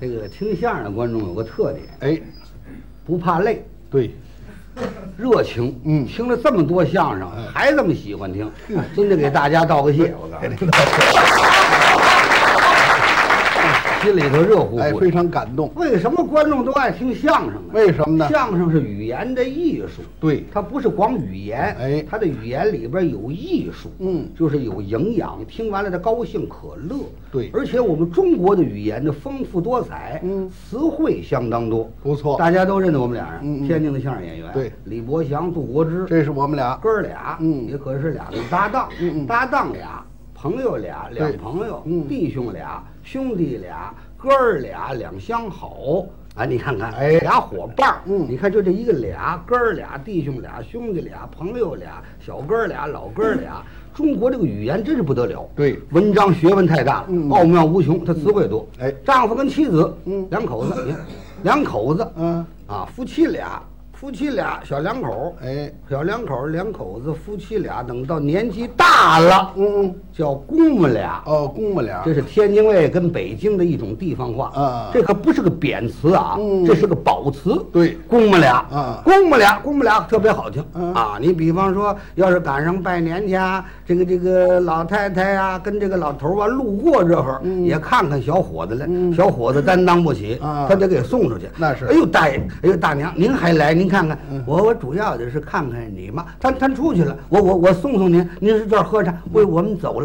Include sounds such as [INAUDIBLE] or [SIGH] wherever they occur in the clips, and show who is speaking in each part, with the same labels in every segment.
Speaker 1: 这个听相声的观众有个特点，
Speaker 2: 哎，
Speaker 1: 不怕累，
Speaker 2: 对，
Speaker 1: 热情。
Speaker 2: 嗯
Speaker 1: 听了这么多相声，还这么喜欢听， [LAUGHS] 真得给大家道个
Speaker 2: [LAUGHS]
Speaker 1: 谢。我告诉你，心里头热乎
Speaker 2: 哎，
Speaker 1: 乎
Speaker 2: 非
Speaker 1: 的。
Speaker 2: 常感动。
Speaker 1: 为什么观众都爱听相声呢？
Speaker 2: 为什么呢
Speaker 1: 相声是语言的艺术，
Speaker 2: 对，
Speaker 1: 它不是光语言，
Speaker 2: 哎
Speaker 1: 它的语言里边有艺术，
Speaker 2: 嗯
Speaker 1: 就是有营养，听完了他高兴可乐。
Speaker 2: 对
Speaker 1: 而且我们中国的语言的丰富多彩，
Speaker 2: 嗯
Speaker 1: 词汇相当多，
Speaker 2: 不错
Speaker 1: 大家都认得我们俩人，
Speaker 2: 嗯嗯
Speaker 1: 天津的相声演员，
Speaker 2: 对
Speaker 1: 李伯祥、杜国之，
Speaker 2: 这是我们俩。
Speaker 1: 哥儿俩，
Speaker 2: 嗯
Speaker 1: 也可是俩个搭档，
Speaker 2: 嗯嗯
Speaker 1: 搭档俩，朋友俩，
Speaker 2: 对
Speaker 1: 两朋友，
Speaker 2: 嗯
Speaker 1: 弟兄俩，兄弟俩，哥儿俩，两相好。啊，你看看，
Speaker 2: 哎
Speaker 1: 俩伙伴儿，
Speaker 2: 嗯
Speaker 1: 你看就这一个俩，哥儿俩，弟兄俩，兄弟俩，朋友俩，小哥儿俩，老哥儿俩。中国这个语言真是不得了，
Speaker 2: 嗯对
Speaker 1: 文章学问太大了，
Speaker 2: 嗯
Speaker 1: 奥妙无穷，它词汇多。
Speaker 2: 嗯哎
Speaker 1: 丈夫跟妻子，
Speaker 2: 嗯
Speaker 1: 两口子，你看，两口子，
Speaker 2: 嗯，
Speaker 1: 啊，夫妻俩，夫妻俩，小两口，
Speaker 2: 哎，
Speaker 1: 小两口儿两口子夫妻俩，等到年纪大了，
Speaker 2: 嗯嗯，
Speaker 1: 叫公母俩。
Speaker 2: 哦，公们俩
Speaker 1: 这。是天津卫跟北京的一种地方话
Speaker 2: 啊
Speaker 1: 这可不是个贬词啊，
Speaker 2: 嗯
Speaker 1: 这是个褒词。
Speaker 2: 对
Speaker 1: 公母俩
Speaker 2: 啊
Speaker 1: 公母俩，公母俩特别好听、
Speaker 2: 嗯
Speaker 1: 啊。你比方说，要是赶上拜年去啊，这个这个老太太呀、跟这个老头儿啊路过这会儿、
Speaker 2: 嗯
Speaker 1: 也看看小伙子来，
Speaker 2: 嗯
Speaker 1: 小伙子担当不起，
Speaker 2: 啊
Speaker 1: 他得给送出去。
Speaker 2: 那是
Speaker 1: 哎呦大爷，哎呦大娘，您还来？您看看、
Speaker 2: 嗯
Speaker 1: 我，我主要的是看看你妈。他他出去了，我我我送送您，您是这儿喝茶，
Speaker 2: 嗯
Speaker 1: 我我们走了。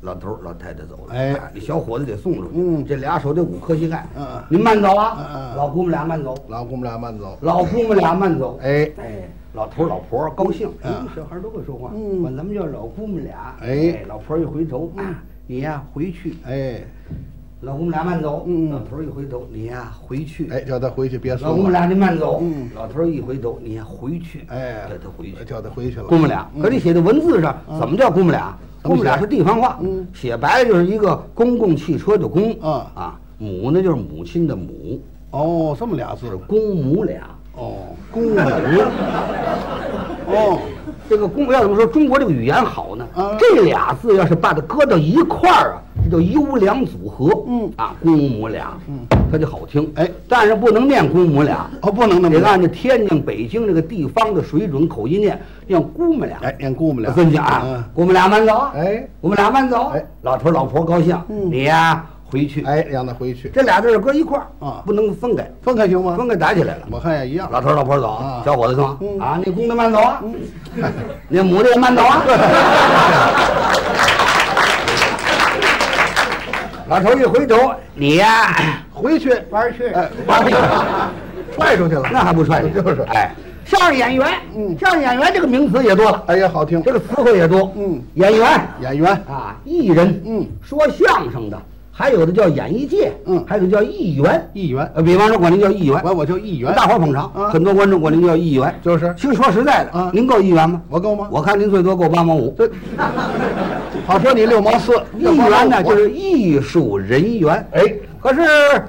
Speaker 1: 老头儿老太太走了，
Speaker 2: 哎
Speaker 1: 你小伙子得送出去，
Speaker 2: 嗯
Speaker 1: 这俩手得捂磕膝盖。
Speaker 2: 嗯嗯
Speaker 1: 您慢走
Speaker 2: 嗯
Speaker 1: 啊，
Speaker 2: 嗯
Speaker 1: 老姑母俩慢走，
Speaker 2: 老公们俩慢走。
Speaker 1: 老姑母俩慢走。
Speaker 2: 哎，
Speaker 1: 哎，老头儿老婆儿高兴，哎
Speaker 2: 嗯，
Speaker 1: 小孩儿都会说话，
Speaker 2: 嗯
Speaker 1: 管咱们叫老姑母俩。
Speaker 2: 哎
Speaker 1: 老婆儿一回头，啊你呀回去，
Speaker 2: 哎，
Speaker 1: 老姑母俩慢走。
Speaker 2: 嗯嗯
Speaker 1: 老头儿一回头，你呀回去。
Speaker 2: 哎，叫他回去别
Speaker 1: 老姑母
Speaker 2: 送了。
Speaker 1: 俩您慢走。
Speaker 2: 嗯
Speaker 1: 老头儿一回头，你呀回去。
Speaker 2: 哎，
Speaker 1: 叫他回去。
Speaker 2: 叫他回去了。嗯
Speaker 1: 姑母俩，可你写的文字上怎么叫姑母俩？
Speaker 2: 怎么
Speaker 1: 姑
Speaker 2: 写
Speaker 1: 母俩是地方话
Speaker 2: 嗯，
Speaker 1: 写白了就是一个公共汽车的公，
Speaker 2: 啊
Speaker 1: 啊，母呢就是母亲的母，
Speaker 2: 哦，这么俩字
Speaker 1: 是。公母俩，
Speaker 2: 哦
Speaker 1: 公母。
Speaker 2: 哦，
Speaker 1: 这个公要怎么说中国这个语言好呢
Speaker 2: 啊？
Speaker 1: 这俩字要是把它搁到一块儿啊，这叫优良组合。
Speaker 2: 嗯
Speaker 1: 啊，公母俩，它就好听。
Speaker 2: 哎
Speaker 1: 但是不能念公母俩，
Speaker 2: 哦，不能那么
Speaker 1: 得
Speaker 2: 念。
Speaker 1: 按照天津、北京这个地方的水准口音念，念姑母俩。
Speaker 2: 哎，念姑们俩。
Speaker 1: 跟你讲啊
Speaker 2: 嗯，，
Speaker 1: 我们俩慢走啊，
Speaker 2: 哎
Speaker 1: 我们俩慢走，
Speaker 2: 哎，
Speaker 1: 老头老婆高兴，
Speaker 2: 嗯
Speaker 1: 你呀回去，，
Speaker 2: 哎，让他回去。
Speaker 1: 这俩字儿搁一块儿
Speaker 2: 啊
Speaker 1: 不能分开，
Speaker 2: 分开行吗？
Speaker 1: 分开打起来了。
Speaker 2: 我看也一样。
Speaker 1: 老头老婆走
Speaker 2: 啊，
Speaker 1: 小伙子说
Speaker 2: 嗯
Speaker 1: 啊，那公的慢走啊， [LAUGHS] 那母的也慢走啊。 [LAUGHS] 老头一回头，你呀
Speaker 2: 回去
Speaker 1: 玩儿去
Speaker 2: 哎，
Speaker 1: 玩儿
Speaker 2: [LAUGHS]
Speaker 1: 去。
Speaker 2: 踹出去了。
Speaker 1: 那还不踹 [LAUGHS] 你？
Speaker 2: 就是
Speaker 1: 哎，相声演员，
Speaker 2: 嗯
Speaker 1: 相声演员这个名词也多了，
Speaker 2: 哎呀，好听。
Speaker 1: 这个词汇也多，
Speaker 2: 嗯
Speaker 1: 演员，
Speaker 2: 演员，
Speaker 1: 啊，艺人，
Speaker 2: 嗯
Speaker 1: 说相声的，还有的叫演艺界，
Speaker 2: 嗯
Speaker 1: 还有的叫艺员，
Speaker 2: 议员，
Speaker 1: 呃，比方说管嗯您叫艺员，
Speaker 2: 完我就议员。
Speaker 1: 大伙儿捧场，
Speaker 2: 啊
Speaker 1: 很多观众管您叫艺员，
Speaker 2: 就是
Speaker 1: 其实说实在的，
Speaker 2: 啊
Speaker 1: 您够艺员吗？
Speaker 2: 我够吗？
Speaker 1: 嗯我看您最多够八毛五。
Speaker 2: 这，好说你六毛四，
Speaker 1: 艺哎员呢，就是是艺术人员。
Speaker 2: 哎，
Speaker 1: 可是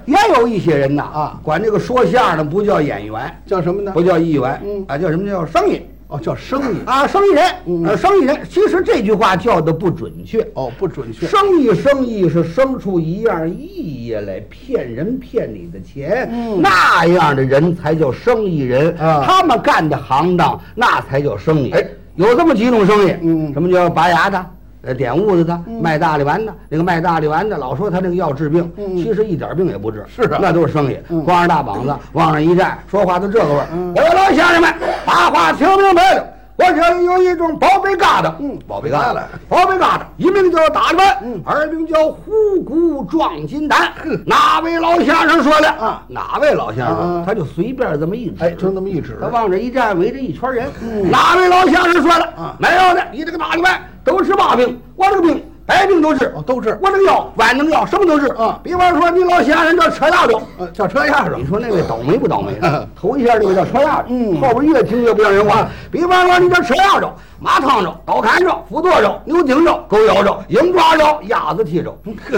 Speaker 1: 也有一些人呐，
Speaker 2: 啊
Speaker 1: 管这个说相声的不叫演员，
Speaker 2: 叫什么呢
Speaker 1: 不？叫艺员，
Speaker 2: 嗯
Speaker 1: 啊，叫什么叫生意
Speaker 2: 哦，叫生意。
Speaker 1: 啊，生意人，
Speaker 2: 嗯
Speaker 1: 呃，生意人。其实这句话叫的不准确，
Speaker 2: 哦，不准确。
Speaker 1: 生意生意是生出一样意业来骗人骗你的钱，
Speaker 2: 嗯
Speaker 1: 那样的人才叫生意人
Speaker 2: 啊
Speaker 1: 他们干的行当那才叫生意。
Speaker 2: 哎
Speaker 1: 有这么几种生意，
Speaker 2: 嗯
Speaker 1: 什么叫拔牙的？呃，点痦子的，
Speaker 2: 嗯
Speaker 1: 卖大力丸的，那个卖大力丸的，老说他那个药治病，
Speaker 2: 嗯
Speaker 1: 其实一点病也不治，
Speaker 2: 是啊
Speaker 1: 那都是生意，
Speaker 2: 嗯
Speaker 1: 光着大膀子往上一站，说话都这个味儿。
Speaker 2: 嗯
Speaker 1: 我老乡亲们，把话听明白了，我这有一种宝贝疙瘩，
Speaker 2: 嗯
Speaker 1: 宝贝疙瘩。宝贝疙瘩，一名叫打着门，
Speaker 2: 嗯
Speaker 1: 二名叫虎骨撞金丹。哪位老先生说的？
Speaker 2: 啊
Speaker 1: 哪位老先生说的
Speaker 2: 啊
Speaker 1: 他就随便这么一指，
Speaker 2: 哎，就那么一指嗯
Speaker 1: 他。往这一站，围着一圈人。哪位老先生说的？
Speaker 2: 啊
Speaker 1: 没有的，你这个大着门都是嘛病？我这个病。白病都治
Speaker 2: 哦，都治
Speaker 1: 我这个药万能药，什么都治。
Speaker 2: 啊
Speaker 1: 比方说你老先生叫车大病，
Speaker 2: 呃，叫车钥
Speaker 1: 你
Speaker 2: 匙。
Speaker 1: 说那位倒霉不倒霉啊
Speaker 2: 嗯？
Speaker 1: 头一下这个叫车压着，
Speaker 2: 嗯
Speaker 1: 后边越听越不让人话。比方说，你这车压着、马趟着、倒砍着、斧剁着、牛顶着、狗咬着、鹰抓着、鸭子踢着，
Speaker 2: [LAUGHS]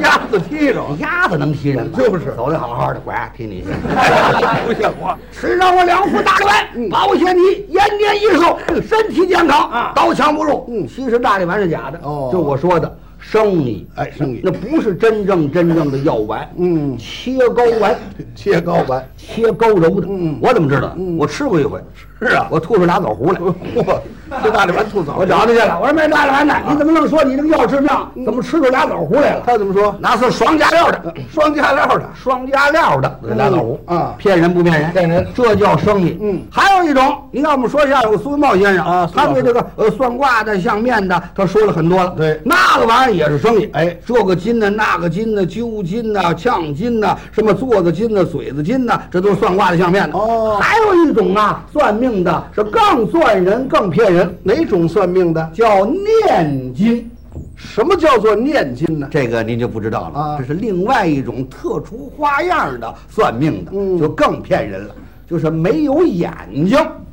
Speaker 2: 鸭子踢着，
Speaker 1: 鸭子能踢人吗？
Speaker 2: 就是
Speaker 1: 走的好好的，乖，踢你一下。
Speaker 2: 哎 [LAUGHS] 不像话。
Speaker 1: 吃上我两副大力丸，
Speaker 2: 嗯
Speaker 1: 保险你延年益寿，身体健康，刀枪不入。其实大力丸是假的，
Speaker 2: 啊嗯哦
Speaker 1: 就我说的。生你，
Speaker 2: 哎生你
Speaker 1: 那不是真正真正的药丸，
Speaker 2: 嗯
Speaker 1: 切糕丸，
Speaker 2: [LAUGHS] 切糕丸，
Speaker 1: 切糕揉的，
Speaker 2: 嗯
Speaker 1: 我怎么知道？我吃过一回，
Speaker 2: 是啊
Speaker 1: 我吐出俩枣核
Speaker 2: [LAUGHS]
Speaker 1: 来。
Speaker 2: 嚯，这大力丸吐
Speaker 1: 我
Speaker 2: 枣，啊
Speaker 1: 找他去了，我说没大丸子，你怎么愣说你这个药吃不上？怎么吃出俩枣核来了？
Speaker 2: 嗯他怎么说？
Speaker 1: 那是双加料的，
Speaker 2: 双加料的，
Speaker 1: 双加料的这俩枣核
Speaker 2: 嗯啊
Speaker 1: 骗人不骗人？
Speaker 2: 骗人
Speaker 1: 这叫生意。
Speaker 2: 嗯
Speaker 1: 还有一种，你看我们说相声有苏文茂先生
Speaker 2: 啊苏
Speaker 1: 他
Speaker 2: 老
Speaker 1: 对
Speaker 2: 师
Speaker 1: 这个呃算卦的、相面的，他说了很多了。
Speaker 2: 对
Speaker 1: 那个玩意儿也是生意。
Speaker 2: 哎
Speaker 1: 这个金呢，那个金呢，揪金呐，呛金呐，什么座子金呐，嘴子金呐，这都是算卦的、相面的。
Speaker 2: 哦
Speaker 1: 还有一种啊，算命的是更算人、更骗人，
Speaker 2: 哪种算命的？
Speaker 1: 叫念金。
Speaker 2: 什么叫做念经呢？
Speaker 1: 这个您就不知道了，
Speaker 2: 啊
Speaker 1: 这是另外一种特殊花样的算命的，
Speaker 2: 嗯
Speaker 1: 就更骗人了，就是没有眼睛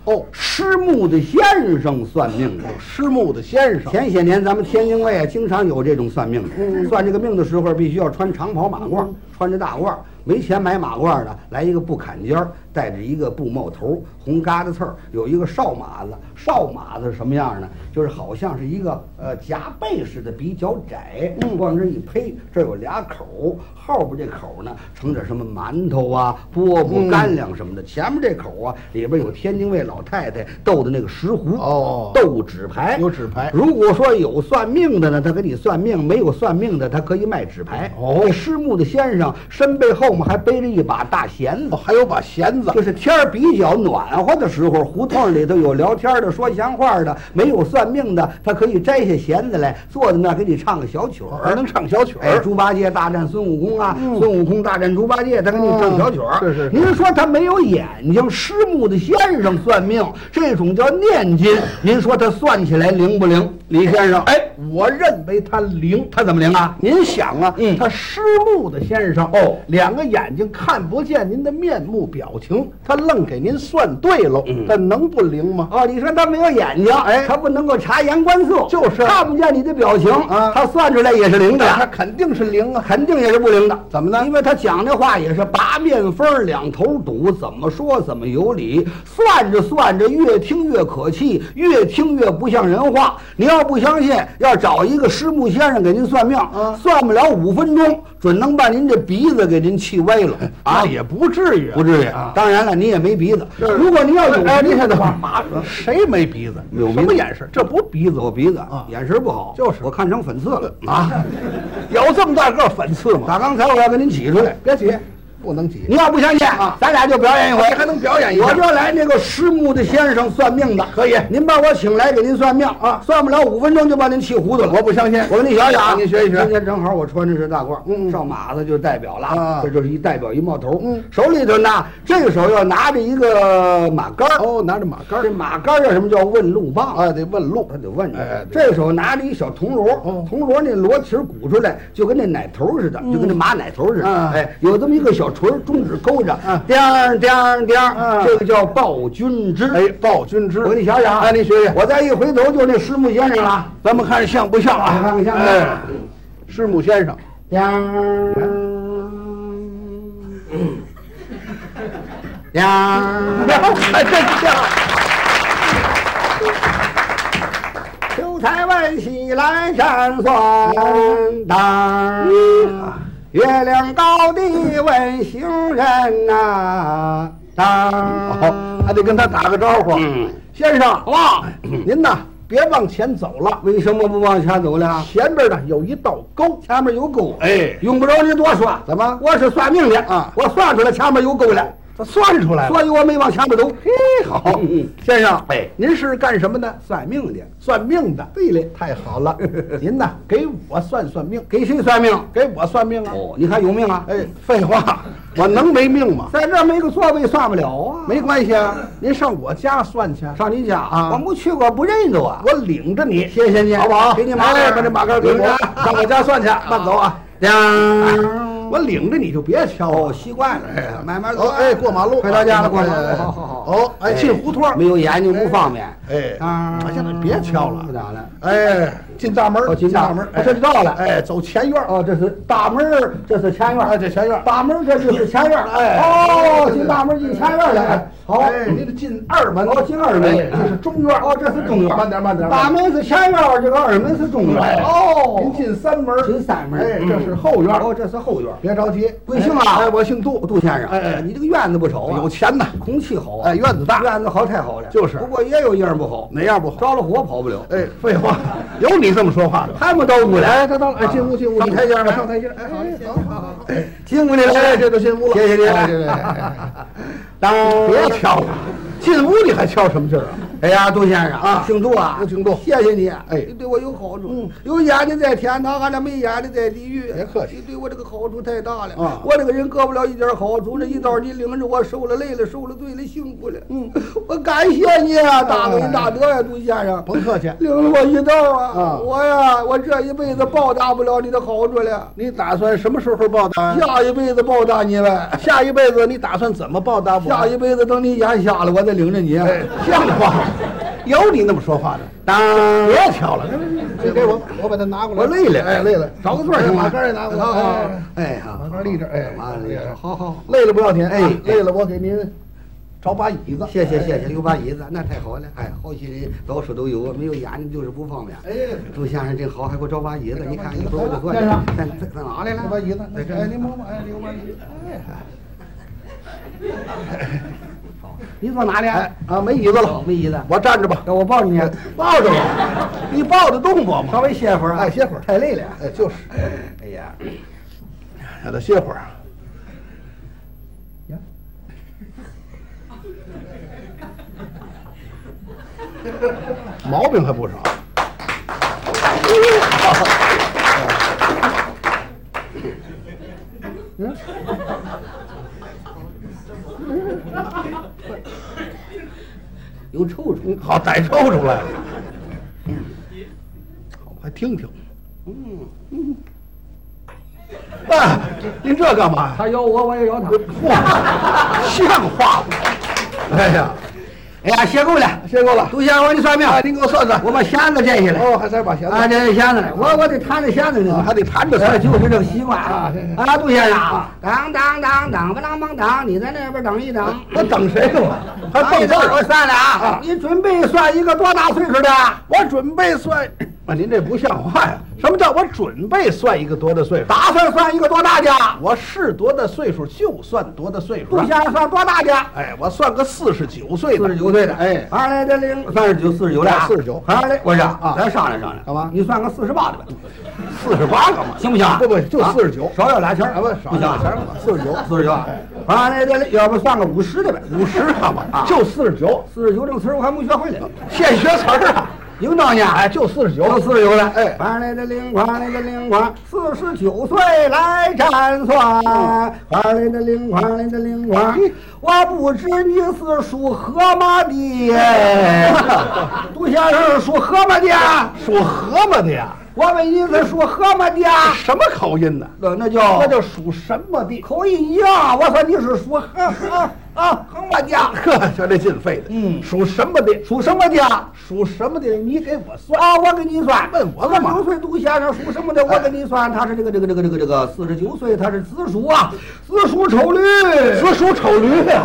Speaker 2: 哦
Speaker 1: 失目的先生算命的。
Speaker 2: 师母的先生，
Speaker 1: 前些年咱们天津卫啊，经常有这种算命的，
Speaker 2: 嗯
Speaker 1: 算这个命的时候必须要穿长袍马褂，穿着大褂儿，没钱买马褂的，来一个不坎肩儿，戴着一个布帽头，红疙瘩刺儿，有一个哨马子。哨马子是什么样呢？就是好像是一个呃夹背似的，比较窄，
Speaker 2: 嗯
Speaker 1: 往这一披，这有俩口，后边这口呢盛点什么馒头啊、饽饽、干粮什么
Speaker 2: 嗯
Speaker 1: 的，前面这口啊里边有天津卫老太太斗的那个石斛，
Speaker 2: 哦
Speaker 1: 斗纸牌，
Speaker 2: 有纸牌
Speaker 1: 如果说有算命的呢，他给你算命；没有算命的，他可以卖纸牌。
Speaker 2: 哦
Speaker 1: 这失木的先生身背后嘛还背着一把大弦子
Speaker 2: 哦，。还有把弦子，
Speaker 1: 就是天儿比较暖和的时候，胡同里头有聊天的、说闲话的，没有算命的，他可以摘下弦子来，坐在那儿给你唱个小曲儿，
Speaker 2: 还能唱小曲
Speaker 1: 哎，
Speaker 2: 儿，
Speaker 1: 猪八戒大战孙悟空啊，孙悟空大战猪八戒，他给你唱小曲儿。
Speaker 2: 嗯是是是
Speaker 1: 您说他没有眼睛，失目的先生算命，这种叫念经。您说他算起来灵不灵？李先生，哎，
Speaker 2: 我认为他灵。
Speaker 1: 他怎么灵啊？
Speaker 2: 您想啊，
Speaker 1: 嗯
Speaker 2: 他失目的先生
Speaker 1: 哦
Speaker 2: 两个眼睛看不见您的面目表情，他愣给您算对喽，
Speaker 1: 嗯
Speaker 2: 他能不灵吗？
Speaker 1: 哦，你说他没有眼睛，哎，他不能够察言观色，
Speaker 2: 就是
Speaker 1: 看不见你的表情
Speaker 2: 啊
Speaker 1: 他算出来也是灵的呀。
Speaker 2: 他肯定是灵啊！
Speaker 1: 肯定也是不灵的。
Speaker 2: 怎么呢
Speaker 1: 因为他讲这话也是八面风儿两头堵，怎么说怎么有理。算着算着，越听越可气，越听越不像人话。您要不相信，要找一个师母先生给您算命，
Speaker 2: 嗯
Speaker 1: 算不了五分钟，准能把您这鼻子给您气歪了啊
Speaker 2: 那！也不至于啊，
Speaker 1: 不至于
Speaker 2: 哎啊。
Speaker 1: 当然了，您也没鼻子。
Speaker 2: 是
Speaker 1: 如果您要有
Speaker 2: 哎，
Speaker 1: 鼻
Speaker 2: 你
Speaker 1: 子
Speaker 2: 看
Speaker 1: 的
Speaker 2: 他
Speaker 1: 话，
Speaker 2: 马谁没鼻子？
Speaker 1: 有鼻子
Speaker 2: 什么眼神？这不鼻子
Speaker 1: 有鼻子
Speaker 2: 啊
Speaker 1: 眼神不好，
Speaker 2: 就是
Speaker 1: 我看成粉刺了啊！
Speaker 2: 啊！ [LAUGHS] 有这么大个粉刺吗？
Speaker 1: 打刚才我要给您挤出来。
Speaker 2: 别急，不能急。
Speaker 1: 你要不相信
Speaker 2: 啊
Speaker 1: 咱俩就表演一回，
Speaker 2: 你还能表演一下
Speaker 1: 我就来那个师母的先生算命的，
Speaker 2: 可以
Speaker 1: 您把我请来给您算命
Speaker 2: 啊
Speaker 1: 算不了五分钟就把您气糊涂了。
Speaker 2: 我不相信
Speaker 1: 我给你学学啊，
Speaker 2: 啊您学一学
Speaker 1: 今天正好我穿的是大褂，
Speaker 2: 嗯嗯
Speaker 1: 上马子就代表了
Speaker 2: 啊
Speaker 1: 这就是一代表一帽头，
Speaker 2: 嗯
Speaker 1: 手里头呢，这个手要拿着一个马杆儿，
Speaker 2: 哦，拿着马杆
Speaker 1: 这
Speaker 2: 儿
Speaker 1: 马杆儿叫什么叫问路棒？
Speaker 2: 啊，得问路
Speaker 1: 他。得问你
Speaker 2: 哎，对
Speaker 1: 这手拿着一小铜锣
Speaker 2: 哦，嗯
Speaker 1: 铜锣那锣蹄儿鼓出来，就跟那奶头似的，就跟那马奶头似的。
Speaker 2: 啊
Speaker 1: 哎，有这么一个小锤儿，中指勾着
Speaker 2: 啊，
Speaker 1: 颠儿颠儿颠儿，
Speaker 2: 啊
Speaker 1: 这个叫抱军之。
Speaker 2: 哎，抱军之。
Speaker 1: 我给你想想啊，
Speaker 2: 哎，您学学，
Speaker 1: 我再一回头就那师母先生了，
Speaker 2: 咱们看像不像啊？
Speaker 1: 看看像不像
Speaker 2: 哎，师母先生，
Speaker 1: 颠儿。颠儿，
Speaker 2: 还真像。
Speaker 1: 秋台外喜阑珊算当儿，月亮高地问行人呐、当哦
Speaker 2: 好，
Speaker 1: 儿。
Speaker 2: 还得跟他打个招呼。
Speaker 1: 嗯
Speaker 2: 先生，
Speaker 1: 哇，
Speaker 2: 您呐，别往前走了，
Speaker 1: 为什么不往前走了？
Speaker 2: 前边呢有一道沟。
Speaker 1: 前面有沟，
Speaker 2: 哎
Speaker 1: 用不着您多说。
Speaker 2: 怎么
Speaker 1: 我是算命的
Speaker 2: 啊
Speaker 1: 我算出来前面有沟了，
Speaker 2: 他算出来了。
Speaker 1: 所哎以我没往前面走。嘿，
Speaker 2: 好，先生，
Speaker 1: 哎
Speaker 2: 您是干什么的？
Speaker 1: 算命的，
Speaker 2: 算命的。
Speaker 1: 对嘞，
Speaker 2: 太好
Speaker 1: [LAUGHS]
Speaker 2: 了，您呐，给我算算命，
Speaker 1: 给谁算命？
Speaker 2: 给我算命啊！
Speaker 1: 哦，你还有命啊？
Speaker 2: 哎，废话，我能没命吗？
Speaker 1: 在这儿没个座位算不了啊。
Speaker 2: 没关系啊，您上我家算去，
Speaker 1: 上你家
Speaker 2: 啊
Speaker 1: 我没去过，不认得啊。
Speaker 2: 我领着你，
Speaker 1: 谢谢你，
Speaker 2: 好不好？
Speaker 1: 给你马杆
Speaker 2: 哎
Speaker 1: 儿，
Speaker 2: 把这马杆儿给
Speaker 1: 领
Speaker 2: 我
Speaker 1: 着，
Speaker 2: 上我家
Speaker 1: [LAUGHS]
Speaker 2: 算去，慢走啊！
Speaker 1: 当
Speaker 2: 我领着你就别敲
Speaker 1: 哦，
Speaker 2: 了。
Speaker 1: 哎习惯了，慢慢走。
Speaker 2: 哦，哎，过马路，
Speaker 1: 快到家了，
Speaker 2: 哎
Speaker 1: 过马
Speaker 2: 哎
Speaker 1: 路。
Speaker 2: 哎
Speaker 1: 好好好。
Speaker 2: 哦，哎，进胡同儿，
Speaker 1: 没有眼睛不方便。
Speaker 2: 哎，
Speaker 1: 啊
Speaker 2: 哎现在别敲了，
Speaker 1: 不打了。
Speaker 2: 哎，进大门儿，
Speaker 1: 哦进大
Speaker 2: 大
Speaker 1: 门
Speaker 2: 门
Speaker 1: 儿
Speaker 2: 儿，
Speaker 1: 我这就到了
Speaker 2: 哎，走前院儿，
Speaker 1: 哦，这是大门儿，这是前院儿。
Speaker 2: 哎，这前院儿，
Speaker 1: 大门儿这就是前院儿。
Speaker 2: 哎
Speaker 1: 哦，
Speaker 2: 对对对
Speaker 1: 进大门进前院儿了。哎好，
Speaker 2: 哎，你得进二门，
Speaker 1: 哦，进二门，
Speaker 2: 哎这是中院儿，
Speaker 1: 哦，这是中院儿。
Speaker 2: 慢点慢点慢点
Speaker 1: 大门是前院儿，这个二门是中院儿。
Speaker 2: 哎
Speaker 1: 哦，
Speaker 2: 您进三门儿，
Speaker 1: 进三门儿
Speaker 2: 哎，这是后院儿，
Speaker 1: 哦，这是后院儿。
Speaker 2: 别着急，
Speaker 1: 贵姓啊
Speaker 2: 哎，我姓杜，
Speaker 1: 杜先生，
Speaker 2: 哎哎
Speaker 1: 你这个院子不丑啊，
Speaker 2: 有钱呐，
Speaker 1: 空气好啊，
Speaker 2: 哎，院子大，
Speaker 1: 院子好太好了。
Speaker 2: 就是
Speaker 1: 不过也有一样不好，
Speaker 2: 哪样不好？
Speaker 1: 着了火跑不了。
Speaker 2: 哎，废话，有你这么说话的？
Speaker 1: 他们都不来，
Speaker 2: 哎，他到了，哎，进屋进屋，
Speaker 1: 上台阶儿吧
Speaker 2: 哎上台阶儿，哎，好，好，好，哎，
Speaker 1: 辛苦你了，
Speaker 2: 哎这就进屋了，
Speaker 1: 谢谢您
Speaker 2: 哎对 [LAUGHS] 对对哎
Speaker 1: 当
Speaker 2: 别敲了，进屋你还敲什么劲儿啊？
Speaker 1: 哎呀，杜先生
Speaker 2: 啊
Speaker 1: 姓杜啊，
Speaker 2: 姓杜
Speaker 1: 谢谢你，
Speaker 2: 哎嗯
Speaker 1: 你对我有好处，有眼的在天堂，俺俩没眼的在地狱。
Speaker 2: 别客气
Speaker 1: 你对我这个好处太大了
Speaker 2: 啊
Speaker 1: 我这个人得不了一点好处，那一道你领着我受了累了，受了罪了，辛苦了。嗯，我感谢你啊，大
Speaker 2: 哎
Speaker 1: 恩大德呀，杜先生，
Speaker 2: 甭客气，
Speaker 1: 领了我一道啊
Speaker 2: 啊，
Speaker 1: 我呀，我这一辈子报答不了你的好处了，
Speaker 2: 你打算什么时候报答？
Speaker 1: 下一辈子报答你呗。
Speaker 2: 下一辈子你打算怎么报答我？
Speaker 1: 下一辈子等你眼瞎了，我再领着你。啊
Speaker 2: 哎，像话
Speaker 1: [LAUGHS]
Speaker 2: 吗？有你那么说话的？
Speaker 1: 当
Speaker 2: 别敲了，这给我，我把它拿过来。
Speaker 1: 我累了，
Speaker 2: 哎，累了，
Speaker 1: 找个座儿
Speaker 2: 哎
Speaker 1: 行吗？
Speaker 2: 马杆儿也拿过来。哎哎哎
Speaker 1: 哎呀，
Speaker 2: 马杆儿立这儿哎
Speaker 1: 马杆儿立这儿好好，
Speaker 2: 累了不要紧，哎
Speaker 1: 哎，
Speaker 2: 累了我给您找把椅子。
Speaker 1: 谢谢谢
Speaker 2: 哎
Speaker 1: 谢，。有把椅子，那太好了。哎，好些人到处都有，没有眼睛就是不方便。
Speaker 2: 哎，
Speaker 1: 杜先生真好，还给我找把椅子，你看你说我这坐
Speaker 2: 先生
Speaker 1: 在在在哪里了？
Speaker 2: 这把椅子，
Speaker 1: 在这儿。
Speaker 2: 哎，您摸摸，哎，这有把椅子，哎，
Speaker 1: 你坐哪里？
Speaker 2: 哎啊，没椅子了，
Speaker 1: 没椅子
Speaker 2: 我站着吧，
Speaker 1: 要我抱着你，
Speaker 2: 抱着我，你抱得动我
Speaker 1: 稍
Speaker 2: 吗？
Speaker 1: 微歇会儿啊。
Speaker 2: 哎歇会儿
Speaker 1: 太累了。
Speaker 2: 哎，就是，
Speaker 1: 哎呀，
Speaker 2: 让他歇会儿啊。呀， [LAUGHS] 毛病还不少。
Speaker 1: 有臭虫。
Speaker 2: 好，逮抽出来了。好，我还听听。嗯嗯。啊，您这干嘛呀？
Speaker 1: 他咬我，我也咬他。
Speaker 2: 嚯，像话吗？哎呀，
Speaker 1: 哎呀，歇够了。
Speaker 2: 歇够了。
Speaker 1: 杜先生，我给你算命。
Speaker 2: 啊，您给我算算。
Speaker 1: 我把弦子摘下来。
Speaker 2: 哦，还才把钱
Speaker 1: 啊，这弦子，我我得弹着弦子呢，
Speaker 2: 还得弹着
Speaker 1: 哎
Speaker 2: 才
Speaker 1: 就是这个习惯
Speaker 2: 啊
Speaker 1: 啊
Speaker 2: 是是！
Speaker 1: 啊，杜先生啊，当当当当不当当当，你在那边等一等，
Speaker 2: 我等谁呀？我还
Speaker 1: 等一
Speaker 2: 蹦字
Speaker 1: 等，我
Speaker 2: 儿？
Speaker 1: 算了啊
Speaker 2: 啊！
Speaker 1: 你准备算一个多大岁数的？
Speaker 2: 我准备算。啊，您这不像话呀！什么叫我准备算一个多大岁数？
Speaker 1: 打算算一个多大的？
Speaker 2: 我是多大岁数就算多大岁
Speaker 1: 杜
Speaker 2: 数啊。
Speaker 1: 先生算多大的？
Speaker 2: 哎，我算个四十九岁的。
Speaker 1: 四十九岁的，
Speaker 2: 哎，
Speaker 1: 二来的零三十九，四十九的啊，
Speaker 2: 49
Speaker 1: 二来，我说
Speaker 2: 啊
Speaker 1: 咱商量商量，
Speaker 2: 干嘛
Speaker 1: 你算个四十八的吧，
Speaker 2: 四十八干嘛？
Speaker 1: 行不行啊？
Speaker 2: 不不，就
Speaker 1: 啊
Speaker 2: 四十九，
Speaker 1: 少要俩钱儿，
Speaker 2: 啊不少
Speaker 1: 不行
Speaker 2: 要俩钱儿
Speaker 1: 啊，
Speaker 2: 吧49
Speaker 1: 四十九，二来的，要不算个五十的呗，
Speaker 2: 五
Speaker 1: [LAUGHS]
Speaker 2: 十干嘛
Speaker 1: 啊？哦
Speaker 2: 就四十九，
Speaker 1: 四十九这个词儿我还没学会呢，哎
Speaker 2: 现学词儿啊！
Speaker 1: 应当呢。
Speaker 2: 哎，就四十九，
Speaker 1: 有四十九了，
Speaker 2: 哎
Speaker 1: 快来的啊灵快来的灵快，四十九岁来占算，快来的灵快来的灵快，我不知你是属河马
Speaker 2: [LAUGHS]
Speaker 1: 的，杜先生是属河马的，
Speaker 2: 属河马的呀？
Speaker 1: 我问你是属河马的，
Speaker 2: 什么口音呢？
Speaker 1: 那那叫
Speaker 2: 那叫属什么的？
Speaker 1: 口音一样，我说你是属河
Speaker 2: [LAUGHS]
Speaker 1: 啊啊河马的，
Speaker 2: 呵，瞧这劲费的，
Speaker 1: 嗯
Speaker 2: 属什么的？
Speaker 1: 属什么的？
Speaker 2: 属什么的？你给我算。
Speaker 1: 啊，我给你算，
Speaker 2: 问我干嘛哎
Speaker 1: 九岁杜先生属什么的？我给你算，他是这个这个这个这个这个四十九岁，他是子鼠啊，子鼠丑驴，
Speaker 2: 子鼠丑驴啊呀，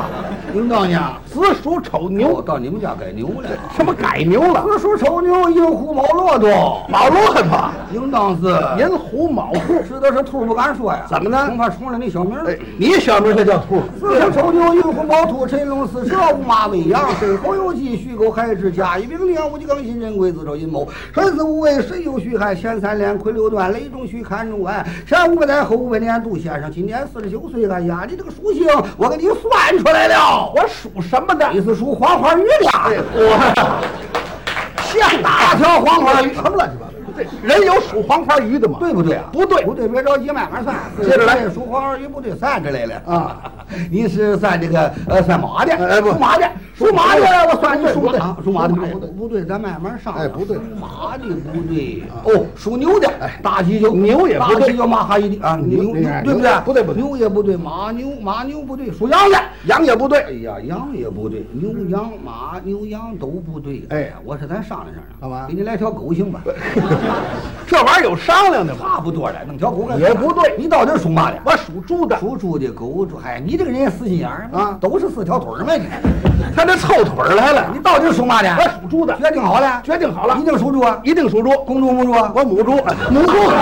Speaker 1: 应当呀。
Speaker 2: 子鼠丑
Speaker 1: 牛
Speaker 2: 牛，
Speaker 1: 哦到你们家改牛了，
Speaker 2: 什么改牛了？
Speaker 1: 子鼠丑牛，寅虎卯骆驼，
Speaker 2: 老骆驼，
Speaker 1: 应当是
Speaker 2: 寅虎卯兔。
Speaker 1: 吃的是兔不敢说呀，
Speaker 2: 怎么呢
Speaker 1: 恐怕冲着你小名儿。
Speaker 2: 哎，你小名就叫兔，
Speaker 1: 四十丑牛，寅虎卯兔，辰龙巳蛇，午马未羊，申猴酉鸡，戌狗亥雉，甲乙丙丁，戊己庚辛壬癸巳丑寅卯，辰巳午未，申酉戌亥，乾三连，坤六断，雷中戌，坎中晚，前五百载，后五百年。杜先生今年四十九岁，哎呀，你这个属性我给你算出来了，
Speaker 2: 我属什么的？
Speaker 1: 你是属黄花鱼
Speaker 2: 哎
Speaker 1: 的， [LAUGHS]
Speaker 2: 我像
Speaker 1: 大
Speaker 2: 大
Speaker 1: 条
Speaker 2: 条
Speaker 1: 黄
Speaker 2: 黄
Speaker 1: 花
Speaker 2: 花
Speaker 1: 鱼
Speaker 2: 鱼，什么乱七八糟？对，人有属黄花鱼的吗？
Speaker 1: 对不对啊？
Speaker 2: 不对
Speaker 1: 不对，别着急，慢慢算。
Speaker 2: 接着来
Speaker 1: 属黄花鱼不对，算着来了
Speaker 2: 啊。
Speaker 1: 你是算这个呃算马的，
Speaker 2: 哎不
Speaker 1: 属马的，属马的，我算你属
Speaker 2: 不对
Speaker 1: 马，属马的
Speaker 2: 不对
Speaker 1: 不对，不对，咱慢慢上。
Speaker 2: 哎不对
Speaker 1: 属马的不对，哦，属牛的，大喜酒，
Speaker 2: 牛也不对
Speaker 1: 大喜酒马哈一的啊，
Speaker 2: 牛
Speaker 1: 牛
Speaker 2: 你看
Speaker 1: 对不对？
Speaker 2: 牛不对不对
Speaker 1: 牛也不对，马牛马牛不对，属羊的。
Speaker 2: 羊也不
Speaker 1: 哎
Speaker 2: 对，嗯
Speaker 1: 呀，羊也不对，牛羊马牛羊都不对。
Speaker 2: 哎
Speaker 1: 呀，我说咱商量商量，
Speaker 2: 干嘛
Speaker 1: 给你来条狗行吧？
Speaker 2: [LAUGHS] 这玩意儿有商量的吗？
Speaker 1: 差不多了，弄条狗干啥
Speaker 2: 也不对
Speaker 1: 你到底属嘛的？
Speaker 2: 我属猪的，
Speaker 1: 属猪的、狗猪，哎，你这个人也死心眼儿
Speaker 2: 啊
Speaker 1: 都是四条腿儿嘛你。
Speaker 2: [LAUGHS] 他这凑腿儿来了
Speaker 1: 你。到底属嘛的？
Speaker 2: 我属猪的，
Speaker 1: 决定好了，
Speaker 2: 决定好了
Speaker 1: 一，定属猪啊！
Speaker 2: 一定属猪。
Speaker 1: 公猪母猪啊！
Speaker 2: 我母猪， [LAUGHS] 母
Speaker 1: [LAUGHS]
Speaker 2: 猪，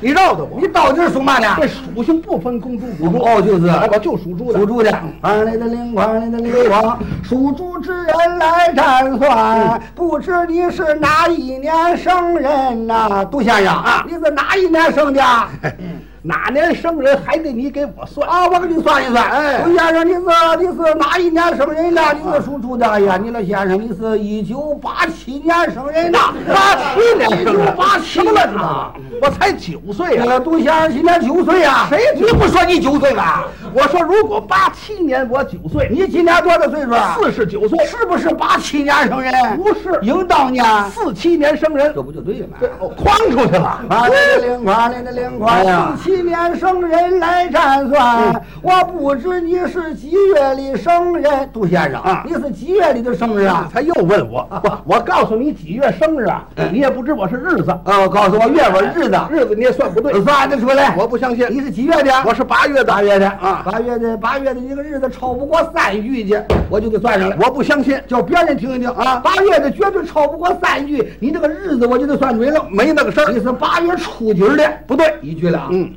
Speaker 2: 你绕的我
Speaker 1: 你。到底属嘛的？
Speaker 2: 这属性不分公猪母猪，
Speaker 1: 哦，就是
Speaker 2: 哎我就属猪的
Speaker 1: 属。猪的，二来的灵，二来的灵王，属猪之人来占算，不知你是哪一年生人呐？杜先生
Speaker 2: 啊
Speaker 1: 你是哪一年生 [LAUGHS] 的？嗯
Speaker 2: 哪年生人还得你给我算。
Speaker 1: 啊，我给你算一算。
Speaker 2: 哎
Speaker 1: 杜先生，你是你是哪一年生人呐？你是属猪的。哎呀，你老先生，你是一九八七年生人呐？
Speaker 2: 八七年生
Speaker 1: 一
Speaker 2: 的
Speaker 1: 九，八七
Speaker 2: 什么乱七八糟？我才九岁
Speaker 1: 那
Speaker 2: 啊！
Speaker 1: 个杜先生今年九岁啊？
Speaker 2: 谁
Speaker 1: 你不说你九岁吧？
Speaker 2: 我说如果八七年我九岁，
Speaker 1: 你今年多大岁数啊？
Speaker 2: 四十九岁，
Speaker 1: 是不是八七年生人？
Speaker 2: 不是
Speaker 1: 应当呢。
Speaker 2: 四七年生人，
Speaker 1: 这不就对了吗？
Speaker 2: 这哦，诓出去了。
Speaker 1: 啊，那个零块，那个零
Speaker 2: 哎
Speaker 1: 块，
Speaker 2: 呀
Speaker 1: 四七年生人来占算。我不知你是几月里生人，哎杜先生
Speaker 2: 啊
Speaker 1: 你是几月里的生日啊？
Speaker 2: 他又问我，
Speaker 1: [LAUGHS]
Speaker 2: 我我告诉你几月生日啊？你也不知我是日子，
Speaker 1: 啊，我告诉我月份日子，
Speaker 2: 日子你也算不对。
Speaker 1: 算得出来。
Speaker 2: 我不相信，
Speaker 1: 你是几月的？
Speaker 2: 我是八月的，
Speaker 1: 八月的
Speaker 2: 啊
Speaker 1: 八月的八月的一个日子超不过三句去，我就给算上了。
Speaker 2: 我不相信，
Speaker 1: 叫别人听一听啊，八月的绝对超不过三句，你这个日子我就得算准了。
Speaker 2: 没那个事
Speaker 1: 你
Speaker 2: 儿，
Speaker 1: 是八月初几儿的？
Speaker 2: 不对，
Speaker 1: 一句了啊，
Speaker 2: 嗯，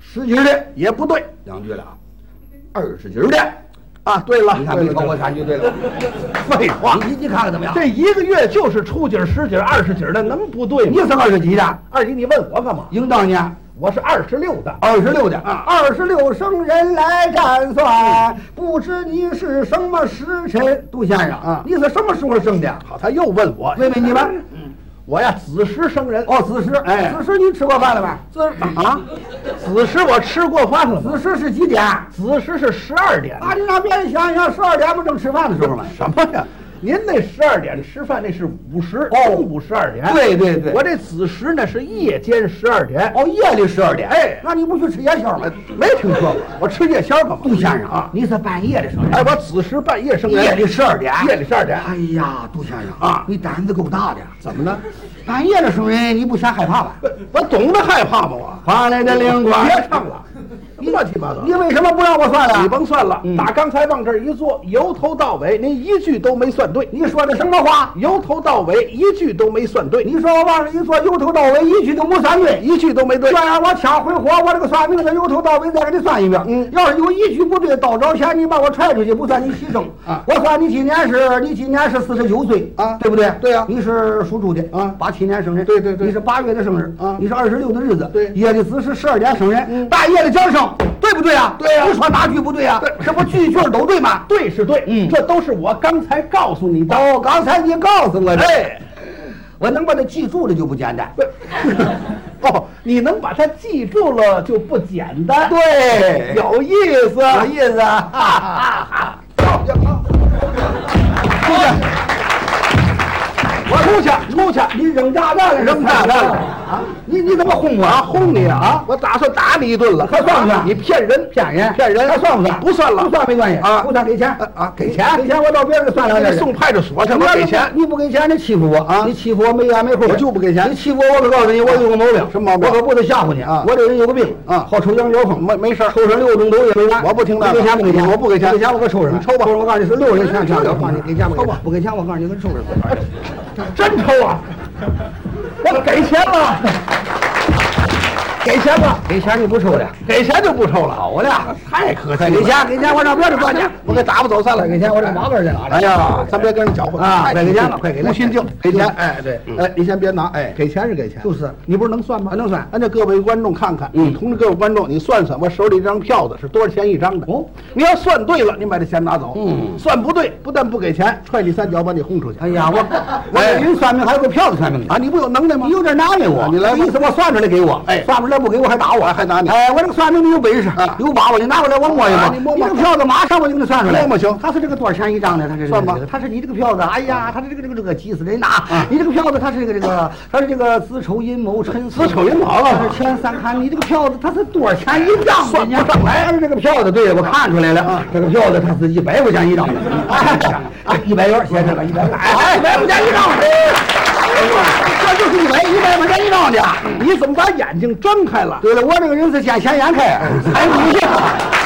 Speaker 1: 十几儿的
Speaker 2: 也不对
Speaker 1: 两句了啊，二十几儿的，
Speaker 2: 啊。对了，
Speaker 1: 你看
Speaker 2: 对
Speaker 1: 没
Speaker 2: 了
Speaker 1: 超过三句对了吧？
Speaker 2: 废话
Speaker 1: 你，你你看看怎么样？
Speaker 2: 这一个月就是初几儿、十几儿、二十几儿的，能不对
Speaker 1: 你
Speaker 2: 吗？
Speaker 1: 是二十几的，
Speaker 2: 二姨，你问我干嘛？
Speaker 1: 应当呢
Speaker 2: 我是二十六的，
Speaker 1: 二十六的
Speaker 2: 啊
Speaker 1: 二十六生人来占算，不知你是什么时辰，杜先生
Speaker 2: 啊
Speaker 1: 你是什么时候生的？
Speaker 2: 好，他又问我，哎
Speaker 1: 问问你吧。
Speaker 2: 我呀子时生人，
Speaker 1: 哦，子时，
Speaker 2: 哎
Speaker 1: 子时你吃过饭了吧？
Speaker 2: 子啊，子时我吃过饭了吗？
Speaker 1: 子时是几点？
Speaker 2: 子时是十二点，
Speaker 1: 啊，你让别人想想，十二点不正吃饭的时候吗？
Speaker 2: 什么呀？您那十二点吃饭那是午时，
Speaker 1: 哦
Speaker 2: 中午十二点。
Speaker 1: 对对对
Speaker 2: 我这子时呢是夜间十二点。
Speaker 1: 哦，夜里十二点。
Speaker 2: 哎
Speaker 1: 那你不去吃夜宵吗
Speaker 2: 呃？没听说过，我吃夜宵干嘛？
Speaker 1: 杜先生，你是半夜的时候，
Speaker 2: 哎，我子时半夜生人，
Speaker 1: 夜里十二点。
Speaker 2: 夜里十二点，
Speaker 1: 哎呀，杜先生
Speaker 2: 啊
Speaker 1: 你胆子够大的。
Speaker 2: 怎么呃了？
Speaker 1: 半夜的时候，你不嫌害怕吧？
Speaker 2: 我我懂得害怕吗？我
Speaker 1: 花来的灵光，
Speaker 2: 别唱了，什么乱七八糟。
Speaker 1: 你为什么不让我算了？
Speaker 2: 你甭算了，
Speaker 1: 嗯
Speaker 2: 打刚才往这儿一坐，由头到尾您一句都没算对，
Speaker 1: 你说的什么话？
Speaker 2: 由头到尾一句都没算对，
Speaker 1: 你说我往这一坐，由头到尾一句都没算对。
Speaker 2: 一句都没对
Speaker 1: 这。样我掐回火，我这个算命的由头到尾再给你算一遍。
Speaker 2: 嗯
Speaker 1: 要是有一句不对，倒着钱你把我踹出去，不算你牺牲。
Speaker 2: 啊
Speaker 1: 我算你今年是，你今年是四十九岁
Speaker 2: 啊
Speaker 1: 对不对？
Speaker 2: 对呀
Speaker 1: 你是属猪的
Speaker 2: 啊
Speaker 1: 八七年生人。
Speaker 2: 对对对
Speaker 1: 你是八月的生日
Speaker 2: 啊
Speaker 1: 你是二十六的日子。
Speaker 2: 对
Speaker 1: 夜里子时十二点生人，
Speaker 2: 嗯
Speaker 1: 大夜的将生，对不对啊？
Speaker 2: 对呀
Speaker 1: 你说哪句不对啊？
Speaker 2: 对
Speaker 1: 这不句句都对吗？
Speaker 2: 对是对，
Speaker 1: 嗯
Speaker 2: 这都是我刚才告诉你的。
Speaker 1: 哦，刚才你告诉我的，
Speaker 2: 哎，
Speaker 1: 我能把它记住了就不简单。[LAUGHS]
Speaker 2: 不哦，你能把它记住了就不简单。
Speaker 1: 对
Speaker 2: 有意思。
Speaker 1: 有意思啊！
Speaker 2: 出去，我出去，出去。
Speaker 1: 你扔炸弹了，
Speaker 2: 扔炸弹了
Speaker 1: 啊！你你怎么轰我啊？
Speaker 2: 轰你啊！我打算打你一顿了，
Speaker 1: 还算不算
Speaker 2: 你骗人，
Speaker 1: 骗人，
Speaker 2: 骗人，
Speaker 1: 还算不算？
Speaker 2: 不算了，
Speaker 1: 不算没关系
Speaker 2: 啊
Speaker 1: 不算给钱
Speaker 2: 啊给钱
Speaker 1: 给钱我到别人那算上
Speaker 2: 你
Speaker 1: 去
Speaker 2: 送派出所去，我给钱。
Speaker 1: 你不给钱，你欺负我啊！你欺负我没眼没后，
Speaker 2: 我就不给钱
Speaker 1: 你欺负我，我可告诉你，我有个啊毛病，
Speaker 2: 什么毛病
Speaker 1: 我可不能吓唬你
Speaker 2: 啊
Speaker 1: 我这人有个病
Speaker 2: 啊
Speaker 1: 好抽羊角风，
Speaker 2: 没没事儿
Speaker 1: 抽上六种毒也没完。
Speaker 2: 我不听那
Speaker 1: 你给钱
Speaker 2: 个
Speaker 1: 啊不给钱？
Speaker 2: 我不给钱
Speaker 1: 给钱我可抽上。
Speaker 2: 你抽吧
Speaker 1: 我告诉你是六人钱，
Speaker 2: 抽吧
Speaker 1: 我告诉你给钱不给
Speaker 2: 抽吧
Speaker 1: 钱？不给钱我告诉你给抽上。
Speaker 2: 真抽啊！我给钱了，给钱了，
Speaker 1: 给钱你不抽了，
Speaker 2: 给钱就不抽了。好了，太可惜了。
Speaker 1: 给钱给钱我上别人算去。
Speaker 2: 我给打发走算了。
Speaker 1: 快给钱我这麻烦去了。
Speaker 2: 哎呀，咱别跟人搅和
Speaker 1: 啊
Speaker 2: 太
Speaker 1: 快给钱了
Speaker 2: 不
Speaker 1: 快给了
Speaker 2: 心静，
Speaker 1: 给
Speaker 2: 给
Speaker 1: 钱嗯
Speaker 2: 钱。哎，对，哎，你先别拿，哎，给钱是给钱，
Speaker 1: 就是
Speaker 2: 你不是能算吗？
Speaker 1: 能算
Speaker 2: 咱这各位观众看看，
Speaker 1: 嗯
Speaker 2: 你同志各位观众，你算算我手里这张票子是多少钱一张的？哦，你要算对了，你把这钱拿走；
Speaker 1: 嗯
Speaker 2: 算不对，不但不给钱，踹你三脚，把你轰出去。
Speaker 1: 哎
Speaker 2: [LAUGHS]
Speaker 1: 呀，我我给人算命，还有个票子算命的
Speaker 2: 啊，，你不有能耐吗
Speaker 1: 你？有点难为我。
Speaker 2: 啊你来吧
Speaker 1: 意思我算出来给我，
Speaker 2: 哎
Speaker 1: 算不出来不给我还打我，
Speaker 2: 还打你
Speaker 1: 哎，我这个算命的有本事
Speaker 2: 啊，
Speaker 1: 有把握，你拿过来我摸一摸。
Speaker 2: 啊你摸摸
Speaker 1: 这个票子马上我就给你算出来。
Speaker 2: 摸摸行
Speaker 1: 他是这个多少钱一张呢？他是
Speaker 2: 算吧嗯啊
Speaker 1: 这个他是你这个票子，哎呀，他是这个这个这个急死人呐！你这个票子，他是这个这个，他是这个子丑寅卯辰巳
Speaker 2: 子丑寅卯啊
Speaker 1: 他是前三看，你这个票子他是多少钱一张？算不上来。啊他是这个票子，对我看出来了，啊这个票子它是一百块钱一张的。哎哎，一百元，写这个一百元，哎，一百块钱一张。哎这就是一百一百块钱一张的。
Speaker 2: 你怎么把眼睛睁开了？
Speaker 1: 哎对了，我这个人是见钱眼开，财迷呀。